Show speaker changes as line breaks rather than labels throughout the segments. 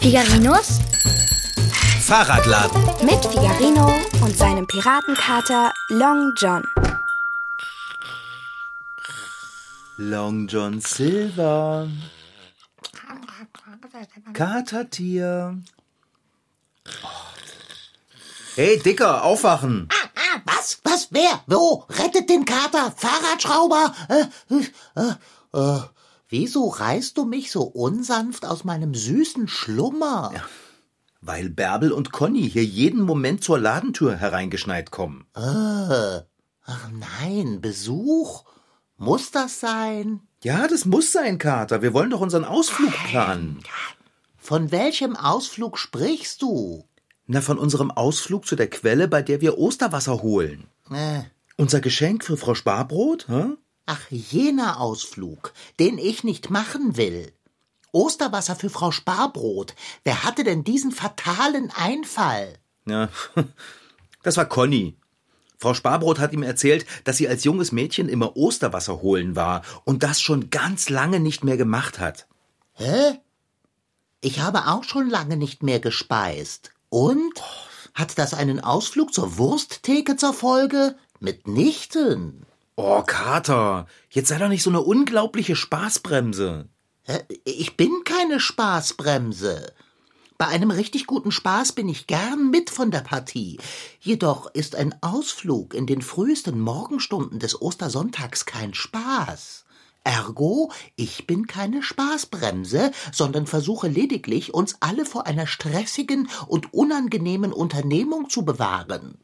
Figarinos
Fahrradladen.
Mit Figarino und seinem Piratenkater Long John.
Long John Silver. Katertier. Hey, Dicker, aufwachen.
Was? Was? Wer? Wo? Rettet den Kater! Fahrradschrauber! Äh, äh, äh, wieso reißt du mich so unsanft aus meinem süßen Schlummer?
Weil Bärbel und Conny hier jeden Moment zur Ladentür hereingeschneit kommen.
Äh, ach nein, Besuch? Muss das sein?
Ja, das muss sein, Kater. Wir wollen doch unseren Ausflug planen.
Von welchem Ausflug sprichst du?
Na, von unserem Ausflug zu der Quelle, bei der wir Osterwasser holen.
Äh,
Unser Geschenk für Frau Sparbrot? Hä?
ach, jener Ausflug, den ich nicht machen will. Osterwasser für Frau Sparbrot. Wer hatte denn diesen fatalen Einfall?
Ja, das war Conny. Frau Sparbrot hat ihm erzählt, dass sie als junges Mädchen immer Osterwasser holen war und das schon ganz lange nicht mehr gemacht hat.
Hä? Ich habe auch schon lange nicht mehr gespeist. Und? Hat das einen Ausflug zur Wursttheke zur Folge? Mitnichten.
Oh, Kater, jetzt sei doch nicht so eine unglaubliche Spaßbremse.
Hä? Ich bin keine Spaßbremse. Bei einem richtig guten Spaß bin ich gern mit von der Partie. Jedoch ist ein Ausflug in den frühesten Morgenstunden des Ostersonntags kein Spaß. Ergo, ich bin keine Spaßbremse, sondern versuche lediglich, uns alle vor einer stressigen und unangenehmen Unternehmung zu bewahren.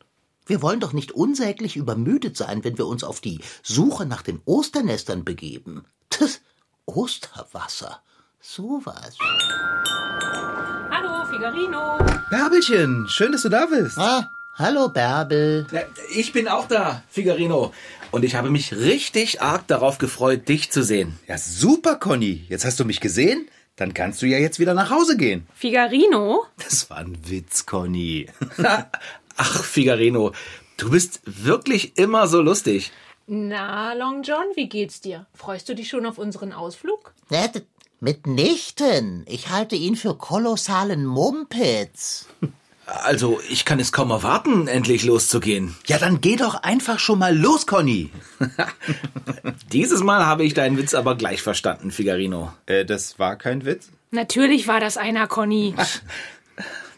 Wir wollen doch nicht unsäglich übermüdet sein, wenn wir uns auf die Suche nach den Osternestern begeben. Das Osterwasser. Sowas.
Hallo, Figarino.
Bärbelchen, schön, dass du da bist.
Ah, hallo Bärbel.
Ja, Ich bin auch da, Figarino. Und ich habe mich richtig arg darauf gefreut, dich zu sehen.
Ja, super, Conny. Jetzt hast du mich gesehen. Dann kannst du ja jetzt wieder nach Hause gehen.
Figarino?
Das war ein Witz, Conny.
Ach, Figarino, du bist wirklich immer so lustig.
Na, Long John, wie geht's dir? Freust du dich schon auf unseren Ausflug?
Ne, d- Mitnichten. Ich halte ihn für kolossalen Mumpitz.
Also, ich kann es kaum erwarten, endlich loszugehen.
Ja, dann geh doch einfach schon mal los, Conny.
Dieses Mal habe ich deinen Witz aber gleich verstanden, Figarino.
Äh, das war kein Witz.
Natürlich war das einer, Conny.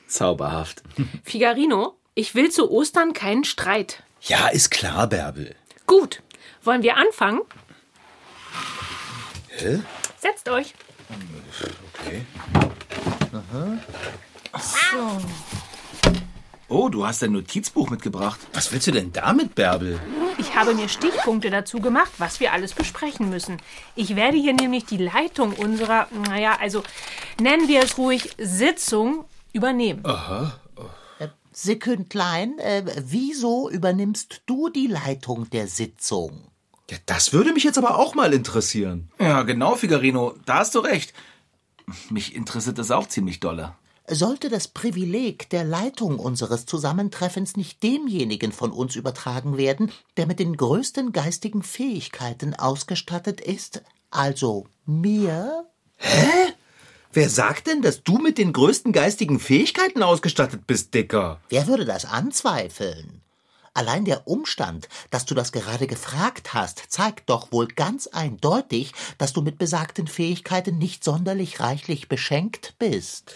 Zauberhaft.
Figarino, ich will zu Ostern keinen Streit.
Ja, ist klar, Bärbel.
Gut, wollen wir anfangen? Setzt euch.
Oh, du hast dein Notizbuch mitgebracht.
Was willst du denn damit, Bärbel?
Ich habe mir Stichpunkte dazu gemacht, was wir alles besprechen müssen. Ich werde hier nämlich die Leitung unserer, naja, also nennen wir es ruhig Sitzung übernehmen.
Sekündlein, äh, wieso übernimmst du die Leitung der Sitzung?
Ja, das würde mich jetzt aber auch mal interessieren.
Ja, genau, Figarino, da hast du recht. Mich interessiert das auch ziemlich dolle.
Sollte das Privileg der Leitung unseres Zusammentreffens nicht demjenigen von uns übertragen werden, der mit den größten geistigen Fähigkeiten ausgestattet ist, also mir?
Wer sagt denn, dass du mit den größten geistigen Fähigkeiten ausgestattet bist, Dicker?
Wer würde das anzweifeln? Allein der Umstand, dass du das gerade gefragt hast, zeigt doch wohl ganz eindeutig, dass du mit besagten Fähigkeiten nicht sonderlich reichlich beschenkt bist.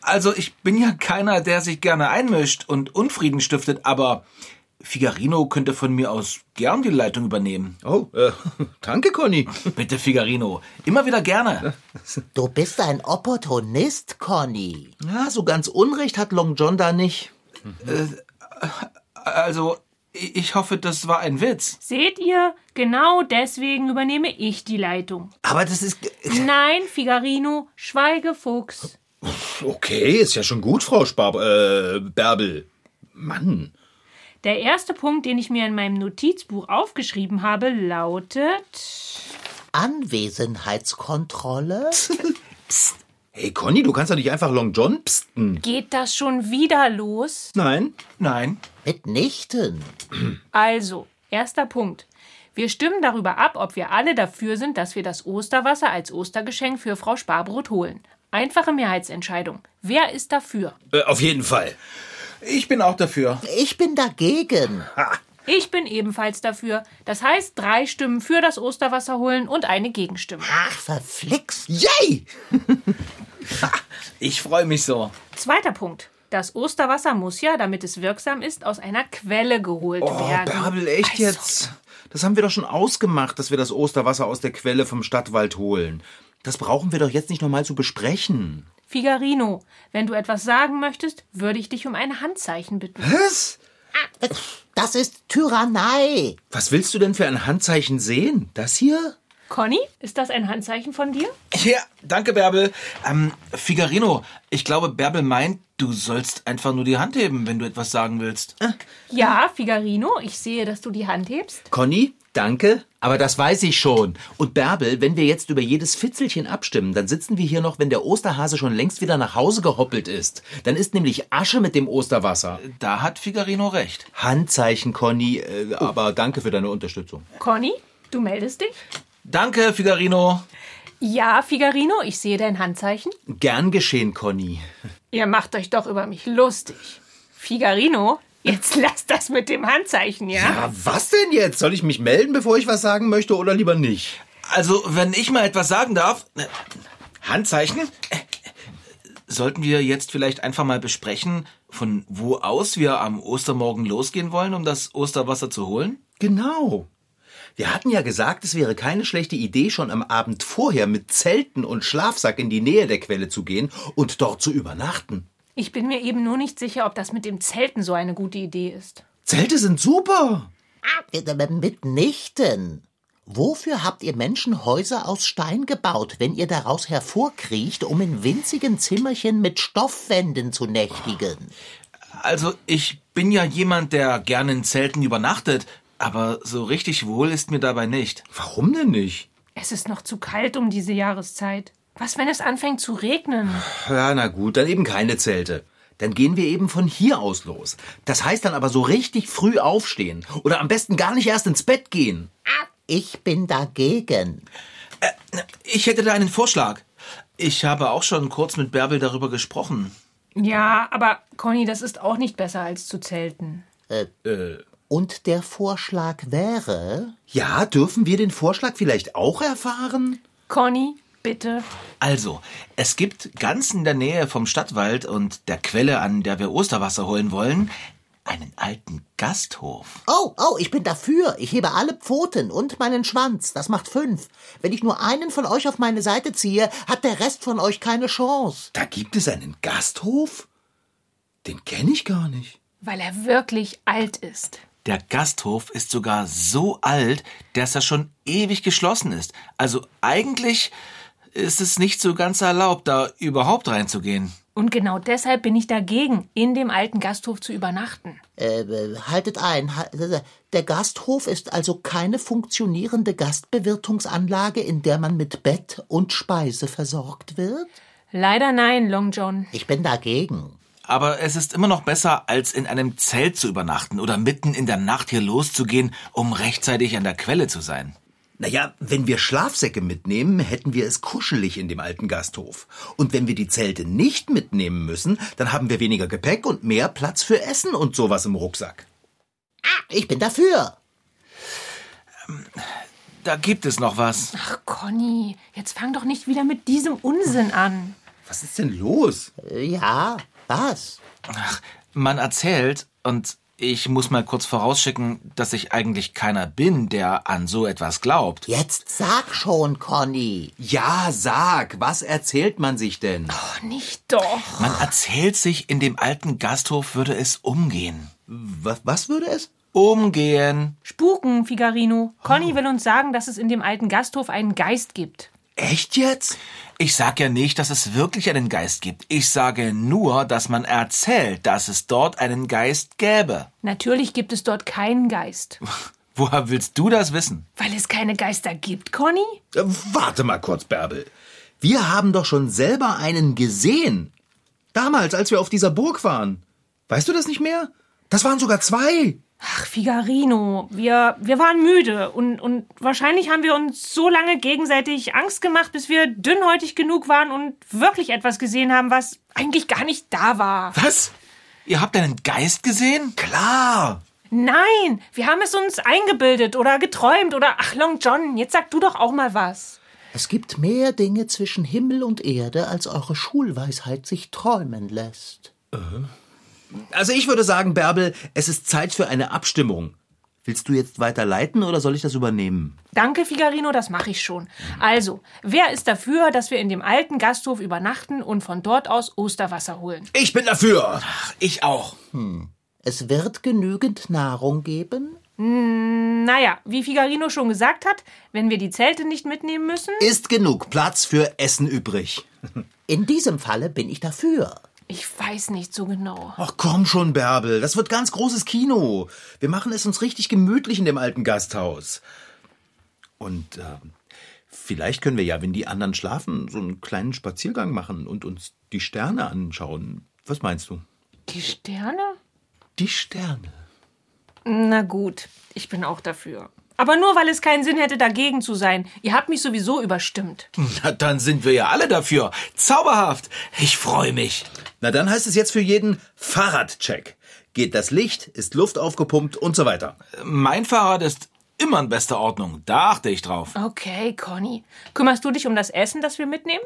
Also, ich bin ja keiner, der sich gerne einmischt und Unfrieden stiftet, aber Figarino könnte von mir aus gern die Leitung übernehmen.
Oh, äh, danke, Conny.
Bitte, Figarino. Immer wieder gerne.
Du bist ein Opportunist, Conny.
Ja, so ganz Unrecht hat Long John da nicht.
Also, i- ich hoffe, das war ein Witz.
Seht ihr, genau deswegen übernehme ich die Leitung.
Aber das ist.
Nein, Figarino, schweige Fuchs.
Okay, ist ja schon gut, Frau Spar äh, Bärbel. Mann.
Der erste Punkt, den ich mir in meinem Notizbuch aufgeschrieben habe, lautet
Anwesenheitskontrolle?
Hey Conny, du kannst doch nicht einfach Long John psten.
Geht das schon wieder los?
Nein.
Nein.
Mitnichten.
Also, erster Punkt. Wir stimmen darüber ab, ob wir alle dafür sind, dass wir das Osterwasser als Ostergeschenk für Frau Sparbrot holen. Einfache Mehrheitsentscheidung. Wer ist dafür?
Äh, auf jeden Fall.
Ich bin auch dafür.
Ich bin dagegen.
Ich bin ebenfalls dafür. Das heißt, drei Stimmen für das Osterwasser holen und eine Gegenstimme.
Ach, verflixt.
Yay!
Ich freue mich so.
Zweiter Punkt. Das Osterwasser muss ja, damit es wirksam ist, aus einer Quelle geholt werden.
echt jetzt? Das haben wir doch schon ausgemacht, dass wir das Osterwasser aus der Quelle vom Stadtwald holen. Das brauchen wir doch jetzt nicht nochmal zu besprechen.
Figarino, wenn du etwas sagen möchtest, würde ich dich um ein Handzeichen bitten.
Was?
Das ist Tyrannei.
Was willst du denn für ein Handzeichen sehen? Das hier?
Conny, ist das ein Handzeichen von dir?
Ja, danke, Bärbel. Ähm, Figarino, ich glaube, Bärbel meint, du sollst einfach nur die Hand heben, wenn du etwas sagen willst.
Ja, Figarino, ich sehe, dass du die Hand hebst.
Conny, danke, aber das weiß ich schon. Und Bärbel, wenn wir jetzt über jedes Fitzelchen abstimmen, dann sitzen wir hier noch, wenn der Osterhase schon längst wieder nach Hause gehoppelt ist. Dann ist nämlich Asche mit dem Osterwasser.
Da hat Figarino recht.
Handzeichen, Conny, äh, aber danke für deine Unterstützung.
Conny, du meldest dich?
Danke, Figarino.
Ja, Figarino, ich sehe dein Handzeichen.
Gern geschehen, Conny.
Ihr macht euch doch über mich lustig. Figarino, jetzt lass das mit dem Handzeichen, ja?
Ah, was denn jetzt? Soll ich mich melden, bevor ich was sagen möchte oder lieber nicht?
Also, wenn ich mal etwas sagen darf. äh, Handzeichen? Äh, Sollten wir jetzt vielleicht einfach mal besprechen, von wo aus wir am Ostermorgen losgehen wollen, um das Osterwasser zu holen?
Genau. Wir hatten ja gesagt, es wäre keine schlechte Idee, schon am Abend vorher mit Zelten und Schlafsack in die Nähe der Quelle zu gehen und dort zu übernachten.
Ich bin mir eben nur nicht sicher, ob das mit dem Zelten so eine gute Idee ist.
Zelte sind super.
Mitnichten. Wofür habt ihr Menschen Häuser aus Stein gebaut, wenn ihr daraus hervorkriecht, um in winzigen Zimmerchen mit Stoffwänden zu nächtigen?
Also, ich bin ja jemand, der gerne in Zelten übernachtet, aber so richtig wohl ist mir dabei nicht.
Warum denn nicht?
Es ist noch zu kalt um diese Jahreszeit. Was, wenn es anfängt zu regnen?
Ja, na gut, dann eben keine Zelte. Dann gehen wir eben von hier aus los. Das heißt dann aber so richtig früh aufstehen oder am besten gar nicht erst ins Bett gehen.
Ich bin dagegen.
Ich hätte da einen Vorschlag. Ich habe auch schon kurz mit Bärbel darüber gesprochen.
Ja, aber Conny, das ist auch nicht besser als zu zelten.
Und der Vorschlag wäre.
Ja, dürfen wir den Vorschlag vielleicht auch erfahren?
Conny, bitte.
Also, es gibt ganz in der Nähe vom Stadtwald und der Quelle, an der wir Osterwasser holen wollen, einen alten Gasthof.
Oh, oh, ich bin dafür. Ich hebe alle Pfoten und meinen Schwanz. Das macht fünf. Wenn ich nur einen von euch auf meine Seite ziehe, hat der Rest von euch keine Chance.
Da gibt es einen Gasthof? Den kenne ich gar nicht.
Weil er wirklich alt ist.
Der Gasthof ist sogar so alt, dass er schon ewig geschlossen ist. Also eigentlich ist es nicht so ganz erlaubt, da überhaupt reinzugehen.
Und genau deshalb bin ich dagegen, in dem alten Gasthof zu übernachten.
Äh, äh, haltet ein. Ha- äh, Der Gasthof ist also keine funktionierende Gastbewirtungsanlage, in der man mit Bett und Speise versorgt wird?
Leider nein, Long John.
Ich bin dagegen.
Aber es ist immer noch besser, als in einem Zelt zu übernachten oder mitten in der Nacht hier loszugehen, um rechtzeitig an der Quelle zu sein.
Naja, wenn wir Schlafsäcke mitnehmen, hätten wir es kuschelig in dem alten Gasthof. Und wenn wir die Zelte nicht mitnehmen müssen, dann haben wir weniger Gepäck und mehr Platz für Essen und sowas im Rucksack.
Ich bin dafür.
Da gibt es noch was.
Ach, Conny, jetzt fang doch nicht wieder mit diesem Unsinn an.
Was ist denn los?
Äh, Ja, was?
Man erzählt, und ich muss mal kurz vorausschicken, dass ich eigentlich keiner bin, der an so etwas glaubt.
Jetzt sag schon, Conny.
Ja, sag, was erzählt man sich denn?
Doch nicht doch.
Man erzählt sich, in dem alten Gasthof würde es umgehen.
Was, was würde es?
Umgehen.
Spuken, Figarino. Conny will uns sagen, dass es in dem alten Gasthof einen Geist gibt.
Echt jetzt?
Ich sag ja nicht, dass es wirklich einen Geist gibt. Ich sage nur, dass man erzählt, dass es dort einen Geist gäbe.
Natürlich gibt es dort keinen Geist.
Woher willst du das wissen?
Weil es keine Geister gibt, Conny?
Äh, Warte mal kurz, Bärbel. Wir haben doch schon selber einen gesehen. Damals, als wir auf dieser Burg waren. Weißt du das nicht mehr? Das waren sogar zwei.
Ach, Figarino, wir, wir waren müde und, und wahrscheinlich haben wir uns so lange gegenseitig Angst gemacht, bis wir dünnhäutig genug waren und wirklich etwas gesehen haben, was eigentlich gar nicht da war.
Was? Ihr habt einen Geist gesehen?
Klar.
Nein, wir haben es uns eingebildet oder geträumt oder ach Long John, jetzt sag du doch auch mal was.
Es gibt mehr Dinge zwischen Himmel und Erde, als eure Schulweisheit sich träumen lässt.
Also ich würde sagen, Bärbel, es ist Zeit für eine Abstimmung. Willst du jetzt weiterleiten oder soll ich das übernehmen?
Danke, Figarino, das mache ich schon. Also, wer ist dafür, dass wir in dem alten Gasthof übernachten und von dort aus Osterwasser holen?
Ich bin dafür.
Ich auch.
Es wird genügend Nahrung geben?
Naja, wie Figarino schon gesagt hat, wenn wir die Zelte nicht mitnehmen müssen.
Ist genug Platz für Essen übrig.
In diesem Falle bin ich dafür.
Ich weiß nicht so genau.
Ach komm schon, Bärbel, das wird ganz großes Kino. Wir machen es uns richtig gemütlich in dem alten Gasthaus. Und ähm, vielleicht können wir ja, wenn die anderen schlafen, so einen kleinen Spaziergang machen und uns die Sterne anschauen. Was meinst du?
Die Sterne?
Die Sterne.
Na gut, ich bin auch dafür. Aber nur weil es keinen Sinn hätte, dagegen zu sein. Ihr habt mich sowieso überstimmt.
Na, dann sind wir ja alle dafür. Zauberhaft. Ich freue mich.
Na dann heißt es jetzt für jeden Fahrradcheck. Geht das Licht, ist Luft aufgepumpt und so weiter.
Mein Fahrrad ist immer in bester Ordnung. Da achte ich drauf.
Okay, Conny. Kümmerst du dich um das Essen, das wir mitnehmen?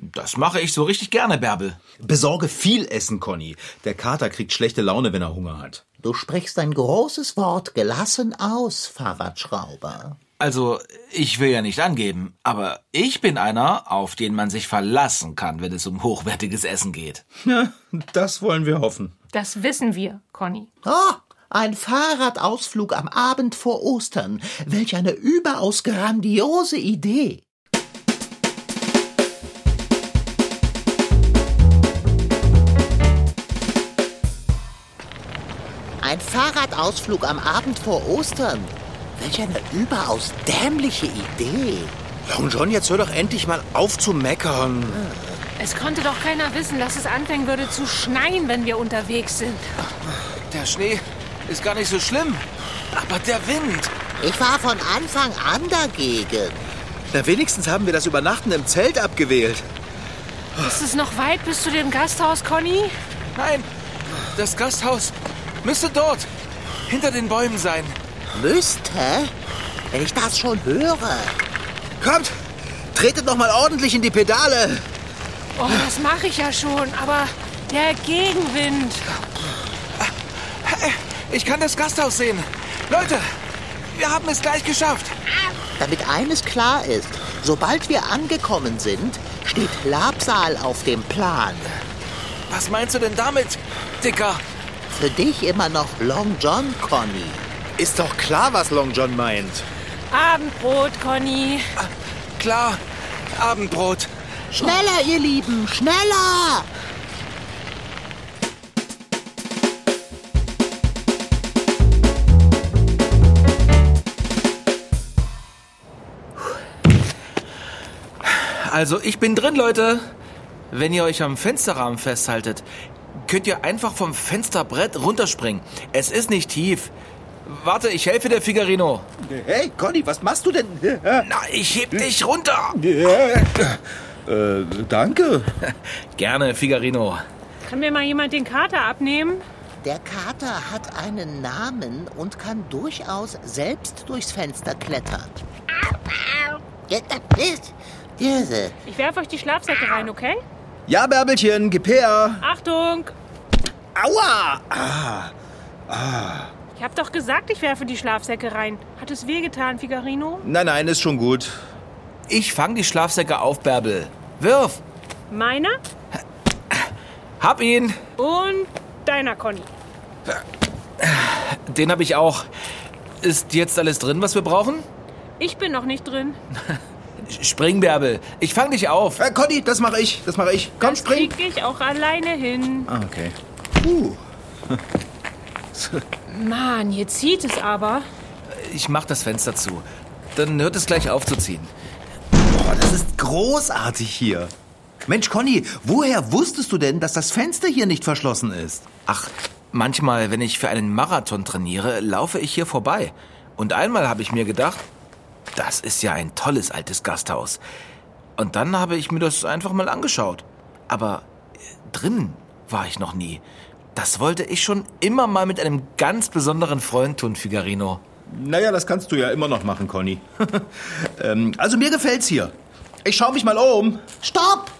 Das mache ich so richtig gerne, Bärbel.
Besorge viel Essen, Conny. Der Kater kriegt schlechte Laune, wenn er Hunger hat.
Du sprichst ein großes Wort gelassen aus, Fahrradschrauber.
Also, ich will ja nicht angeben, aber ich bin einer, auf den man sich verlassen kann, wenn es um hochwertiges Essen geht.
Ja, das wollen wir hoffen.
Das wissen wir, Conny.
Oh, ein Fahrradausflug am Abend vor Ostern. Welch eine überaus grandiose Idee. Ein Fahrradausflug am Abend vor Ostern. Welch eine überaus dämliche Idee.
Long John, jetzt hör doch endlich mal auf zu meckern.
Es konnte doch keiner wissen, dass es anfangen würde zu schneien, wenn wir unterwegs sind.
Der Schnee ist gar nicht so schlimm. Aber der Wind.
Ich war von Anfang an dagegen.
Na, wenigstens haben wir das Übernachten im Zelt abgewählt.
Ist es noch weit bis zu dem Gasthaus, Conny?
Nein, das Gasthaus müsste dort, hinter den Bäumen sein.
Müsste, wenn ich das schon höre.
Kommt, tretet noch mal ordentlich in die Pedale.
Oh, das mache ich ja schon, aber der Gegenwind.
Ich kann das Gasthaus sehen. Leute, wir haben es gleich geschafft.
Damit eines klar ist, sobald wir angekommen sind, steht Labsal auf dem Plan.
Was meinst du denn damit, Dicker?
Für dich immer noch Long John, Conny.
Ist doch klar, was Long John meint.
Abendbrot, Conny.
Klar, Abendbrot.
Schneller, ihr Lieben, schneller!
Also, ich bin drin, Leute. Wenn ihr euch am Fensterrahmen festhaltet, könnt ihr einfach vom Fensterbrett runterspringen. Es ist nicht tief. Warte, ich helfe der Figarino.
Hey, Conny, was machst du denn?
Na, ich heb dich runter.
Äh, danke.
Gerne, Figarino.
Kann mir mal jemand den Kater abnehmen?
Der Kater hat einen Namen und kann durchaus selbst durchs Fenster klettern. Ja, das ist- Diese.
Ich werfe euch die Schlafsäcke rein, okay?
Ja, Bärbelchen, gib her.
Achtung!
Aua!
Ich hab doch gesagt, ich werfe die Schlafsäcke rein. Hat es wehgetan, Figarino?
Nein, nein, ist schon gut.
Ich fang die Schlafsäcke auf, Bärbel. Wirf.
Meiner
Hab ihn.
und deiner, Conny.
Den hab ich auch. Ist jetzt alles drin, was wir brauchen?
Ich bin noch nicht drin.
Spring, Bärbel. Ich fang dich auf.
Äh, Conny, das mache ich, das mache ich. Komm, spring.
Krieg ich auch alleine hin.
Ah, okay. Uh,
Mann, hier zieht es aber.
Ich mach das Fenster zu. Dann hört es gleich auf zu ziehen.
Boah, das ist großartig hier. Mensch, Conny, woher wusstest du denn, dass das Fenster hier nicht verschlossen ist?
Ach, manchmal, wenn ich für einen Marathon trainiere, laufe ich hier vorbei. Und einmal habe ich mir gedacht, das ist ja ein tolles altes Gasthaus. Und dann habe ich mir das einfach mal angeschaut. Aber äh, drinnen war ich noch nie. Das wollte ich schon immer mal mit einem ganz besonderen Freund tun, Figarino.
Naja, das kannst du ja immer noch machen, Conny. ähm, also mir gefällt's hier. Ich schau mich mal um.
Stopp!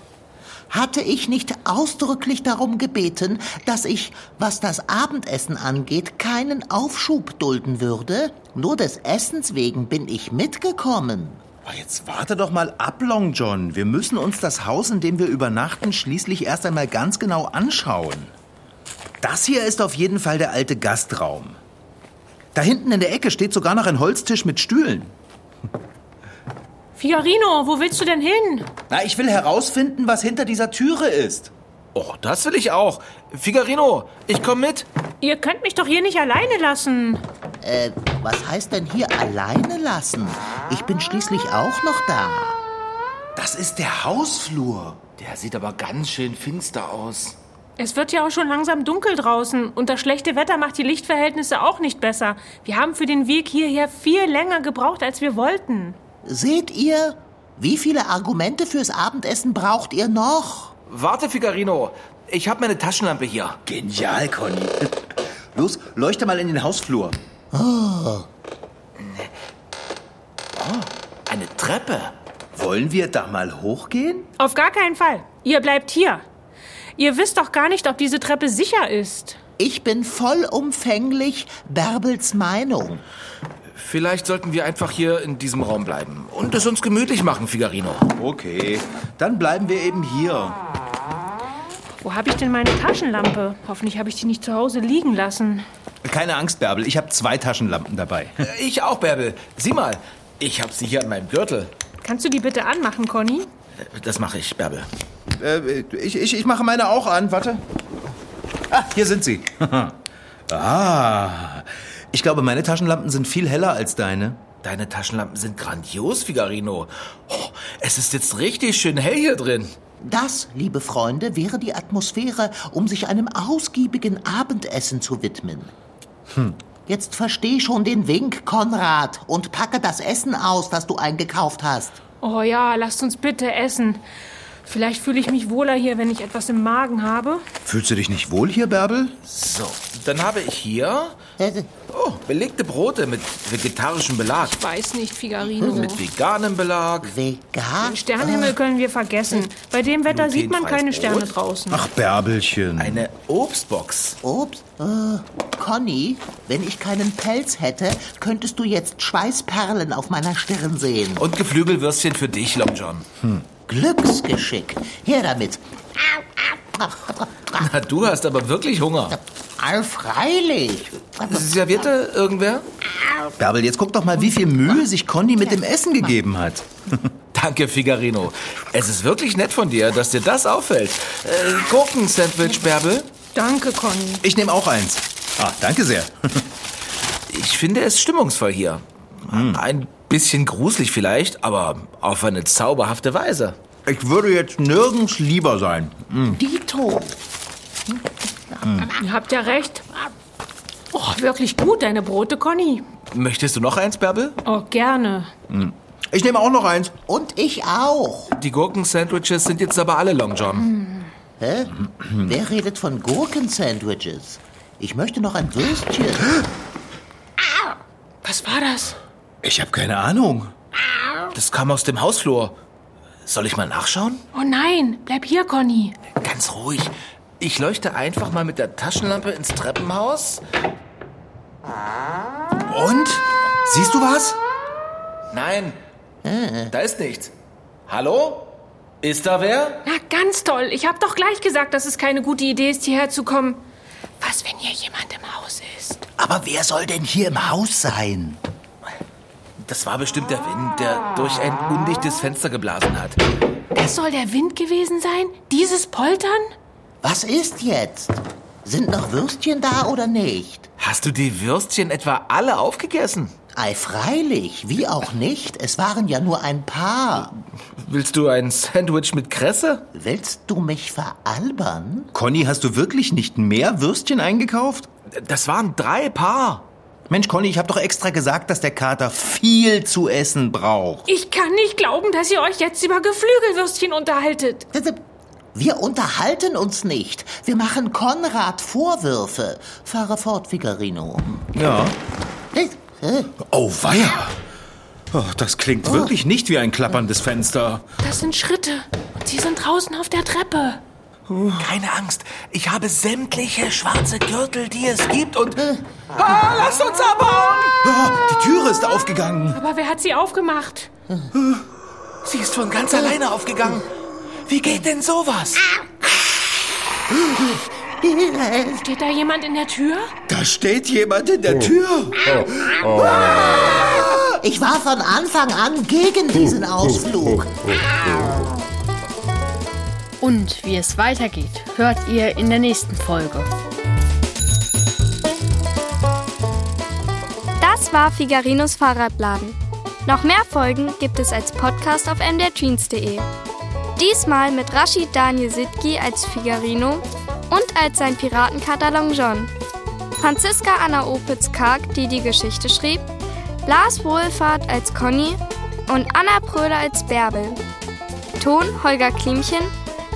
Hatte ich nicht ausdrücklich darum gebeten, dass ich, was das Abendessen angeht, keinen Aufschub dulden würde? Nur des Essens wegen bin ich mitgekommen.
Oh, jetzt warte doch mal ab, Long John. Wir müssen uns das Haus, in dem wir übernachten, schließlich erst einmal ganz genau anschauen. Das hier ist auf jeden Fall der alte Gastraum. Da hinten in der Ecke steht sogar noch ein Holztisch mit Stühlen.
Figarino, wo willst du denn hin?
Na, ich will herausfinden, was hinter dieser Türe ist.
Oh, das will ich auch. Figarino, ich komm mit.
Ihr könnt mich doch hier nicht alleine lassen.
Äh, was heißt denn hier alleine lassen? Ich bin schließlich auch noch da.
Das ist der Hausflur.
Der sieht aber ganz schön finster aus.
Es wird ja auch schon langsam dunkel draußen und das schlechte Wetter macht die Lichtverhältnisse auch nicht besser. Wir haben für den Weg hierher viel länger gebraucht, als wir wollten.
Seht ihr, wie viele Argumente fürs Abendessen braucht ihr noch?
Warte, Figarino. Ich habe meine Taschenlampe hier.
Genial, Conny. Los, leuchte mal in den Hausflur.
Oh, Eine Treppe.
Wollen wir da mal hochgehen?
Auf gar keinen Fall. Ihr bleibt hier. Ihr wisst doch gar nicht, ob diese Treppe sicher ist.
Ich bin vollumfänglich Bärbels Meinung.
Vielleicht sollten wir einfach hier in diesem Raum bleiben und es uns gemütlich machen, Figarino.
Okay, dann bleiben wir eben hier.
Wo habe ich denn meine Taschenlampe? Hoffentlich habe ich die nicht zu Hause liegen lassen.
Keine Angst, Bärbel, ich habe zwei Taschenlampen dabei.
Ich auch, Bärbel. Sieh mal, ich habe sie hier an meinem Gürtel.
Kannst du die bitte anmachen, Conny?
Das mache ich, Bärbel.
Äh, ich, ich, ich mache meine auch an, warte. Ah, hier sind sie. ah, ich glaube, meine Taschenlampen sind viel heller als deine.
Deine Taschenlampen sind grandios, Figarino. Oh, es ist jetzt richtig schön hell hier drin.
Das, liebe Freunde, wäre die Atmosphäre, um sich einem ausgiebigen Abendessen zu widmen. Jetzt versteh schon den Wink, Konrad, und packe das Essen aus, das du eingekauft hast.
Oh ja, lasst uns bitte essen. Vielleicht fühle ich mich wohler hier, wenn ich etwas im Magen habe.
Fühlst du dich nicht wohl hier, Bärbel?
So, dann habe ich hier
Äh,
oh, belegte Brote mit vegetarischem Belag,
Weiß nicht, Figarino.
mit veganem Belag.
Vegan?
Sternenhimmel können wir vergessen. Bei dem Wetter sieht man keine Sterne draußen.
Ach, Bärbelchen.
Eine Obstbox.
Obst? Äh, Conny, wenn ich keinen Pelz hätte, könntest du jetzt Schweißperlen auf meiner Stirn sehen.
Und Geflügelwürstchen für dich, Long John.
Glücksgeschick. Her damit.
Na, du hast aber wirklich Hunger.
All freilich.
Servierte irgendwer?
Bärbel, jetzt guck doch mal, wie viel Mühe sich Conny mit dem Essen gegeben hat.
Danke, Figarino. Es ist wirklich nett von dir, dass dir das auffällt. Äh, Gurken-Sandwich, Bärbel.
Danke, Conny.
Ich nehme auch eins. Ah, danke sehr.
Ich finde es stimmungsvoll hier.
Hm.
Ein bisschen gruselig vielleicht, aber auf eine zauberhafte Weise.
Ich würde jetzt nirgends lieber sein.
Dito.
Ihr habt ja recht. Oh, wirklich gut, deine Brote, Conny.
Möchtest du noch eins, Bärbel?
Oh, gerne.
Ich nehme auch noch eins.
Und ich auch.
Die Gurken-Sandwiches sind jetzt aber alle Long John.
Hä? Wer redet von Gurkensandwiches? Ich möchte noch ein Würstchen.
Was war das?
Ich habe keine Ahnung.
Das kam aus dem Hausflur. Soll ich mal nachschauen?
Oh nein, bleib hier, Conny.
Ganz ruhig. Ich leuchte einfach mal mit der Taschenlampe ins Treppenhaus.
Und? Siehst du was?
Nein, da ist nichts. Hallo? Ist da wer?
Na, ganz toll. Ich hab doch gleich gesagt, dass es keine gute Idee ist, hierher zu kommen. Was, wenn hier jemand im Haus ist?
Aber wer soll denn hier im Haus sein?
Das war bestimmt der Wind, der durch ein undichtes Fenster geblasen hat.
Das soll der Wind gewesen sein? Dieses Poltern?
Was ist jetzt? Sind noch Würstchen da oder nicht?
Hast du die Würstchen etwa alle aufgegessen?
Ei, freilich, wie auch nicht. Es waren ja nur ein paar.
Willst du ein Sandwich mit Kresse?
Willst du mich veralbern?
Conny, hast du wirklich nicht mehr Würstchen eingekauft?
Das waren drei Paar.
Mensch, Conny, ich habe doch extra gesagt, dass der Kater viel zu essen braucht.
Ich kann nicht glauben, dass ihr euch jetzt über Geflügelwürstchen unterhaltet.
Wir unterhalten uns nicht. Wir machen Konrad Vorwürfe. Fahre fort, Figarino.
Ja.
Hey, hey.
Oh, weia. Ach, das klingt wirklich nicht wie ein klapperndes Fenster.
Das sind Schritte. Und sie sind draußen auf der Treppe.
Keine Angst, ich habe sämtliche schwarze Gürtel, die es gibt und... Ah, lasst uns abhauen!
Ah, die Türe ist aufgegangen.
Aber wer hat sie aufgemacht?
Sie ist von ganz alleine aufgegangen. Wie geht denn sowas?
Steht da jemand in der Tür?
Da steht jemand in der Tür.
Ich war von Anfang an gegen diesen Ausflug.
Und wie es weitergeht, hört ihr in der nächsten Folge.
Das war Figarinos Fahrradladen. Noch mehr Folgen gibt es als Podcast auf mdrjeans.de. Diesmal mit Rashid Daniel Sitki als Figarino und als sein Piratenkater Long John. Franziska Anna Opitz-Karg, die die Geschichte schrieb, Lars Wohlfahrt als Conny und Anna Pröhle als Bärbel. Ton Holger Klimchen,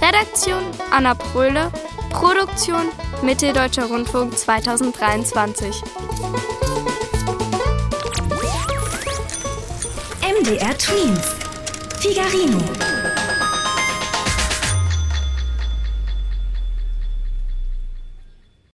Redaktion Anna Pröhle, Produktion Mitteldeutscher Rundfunk 2023.
MDR Twins. Figarino.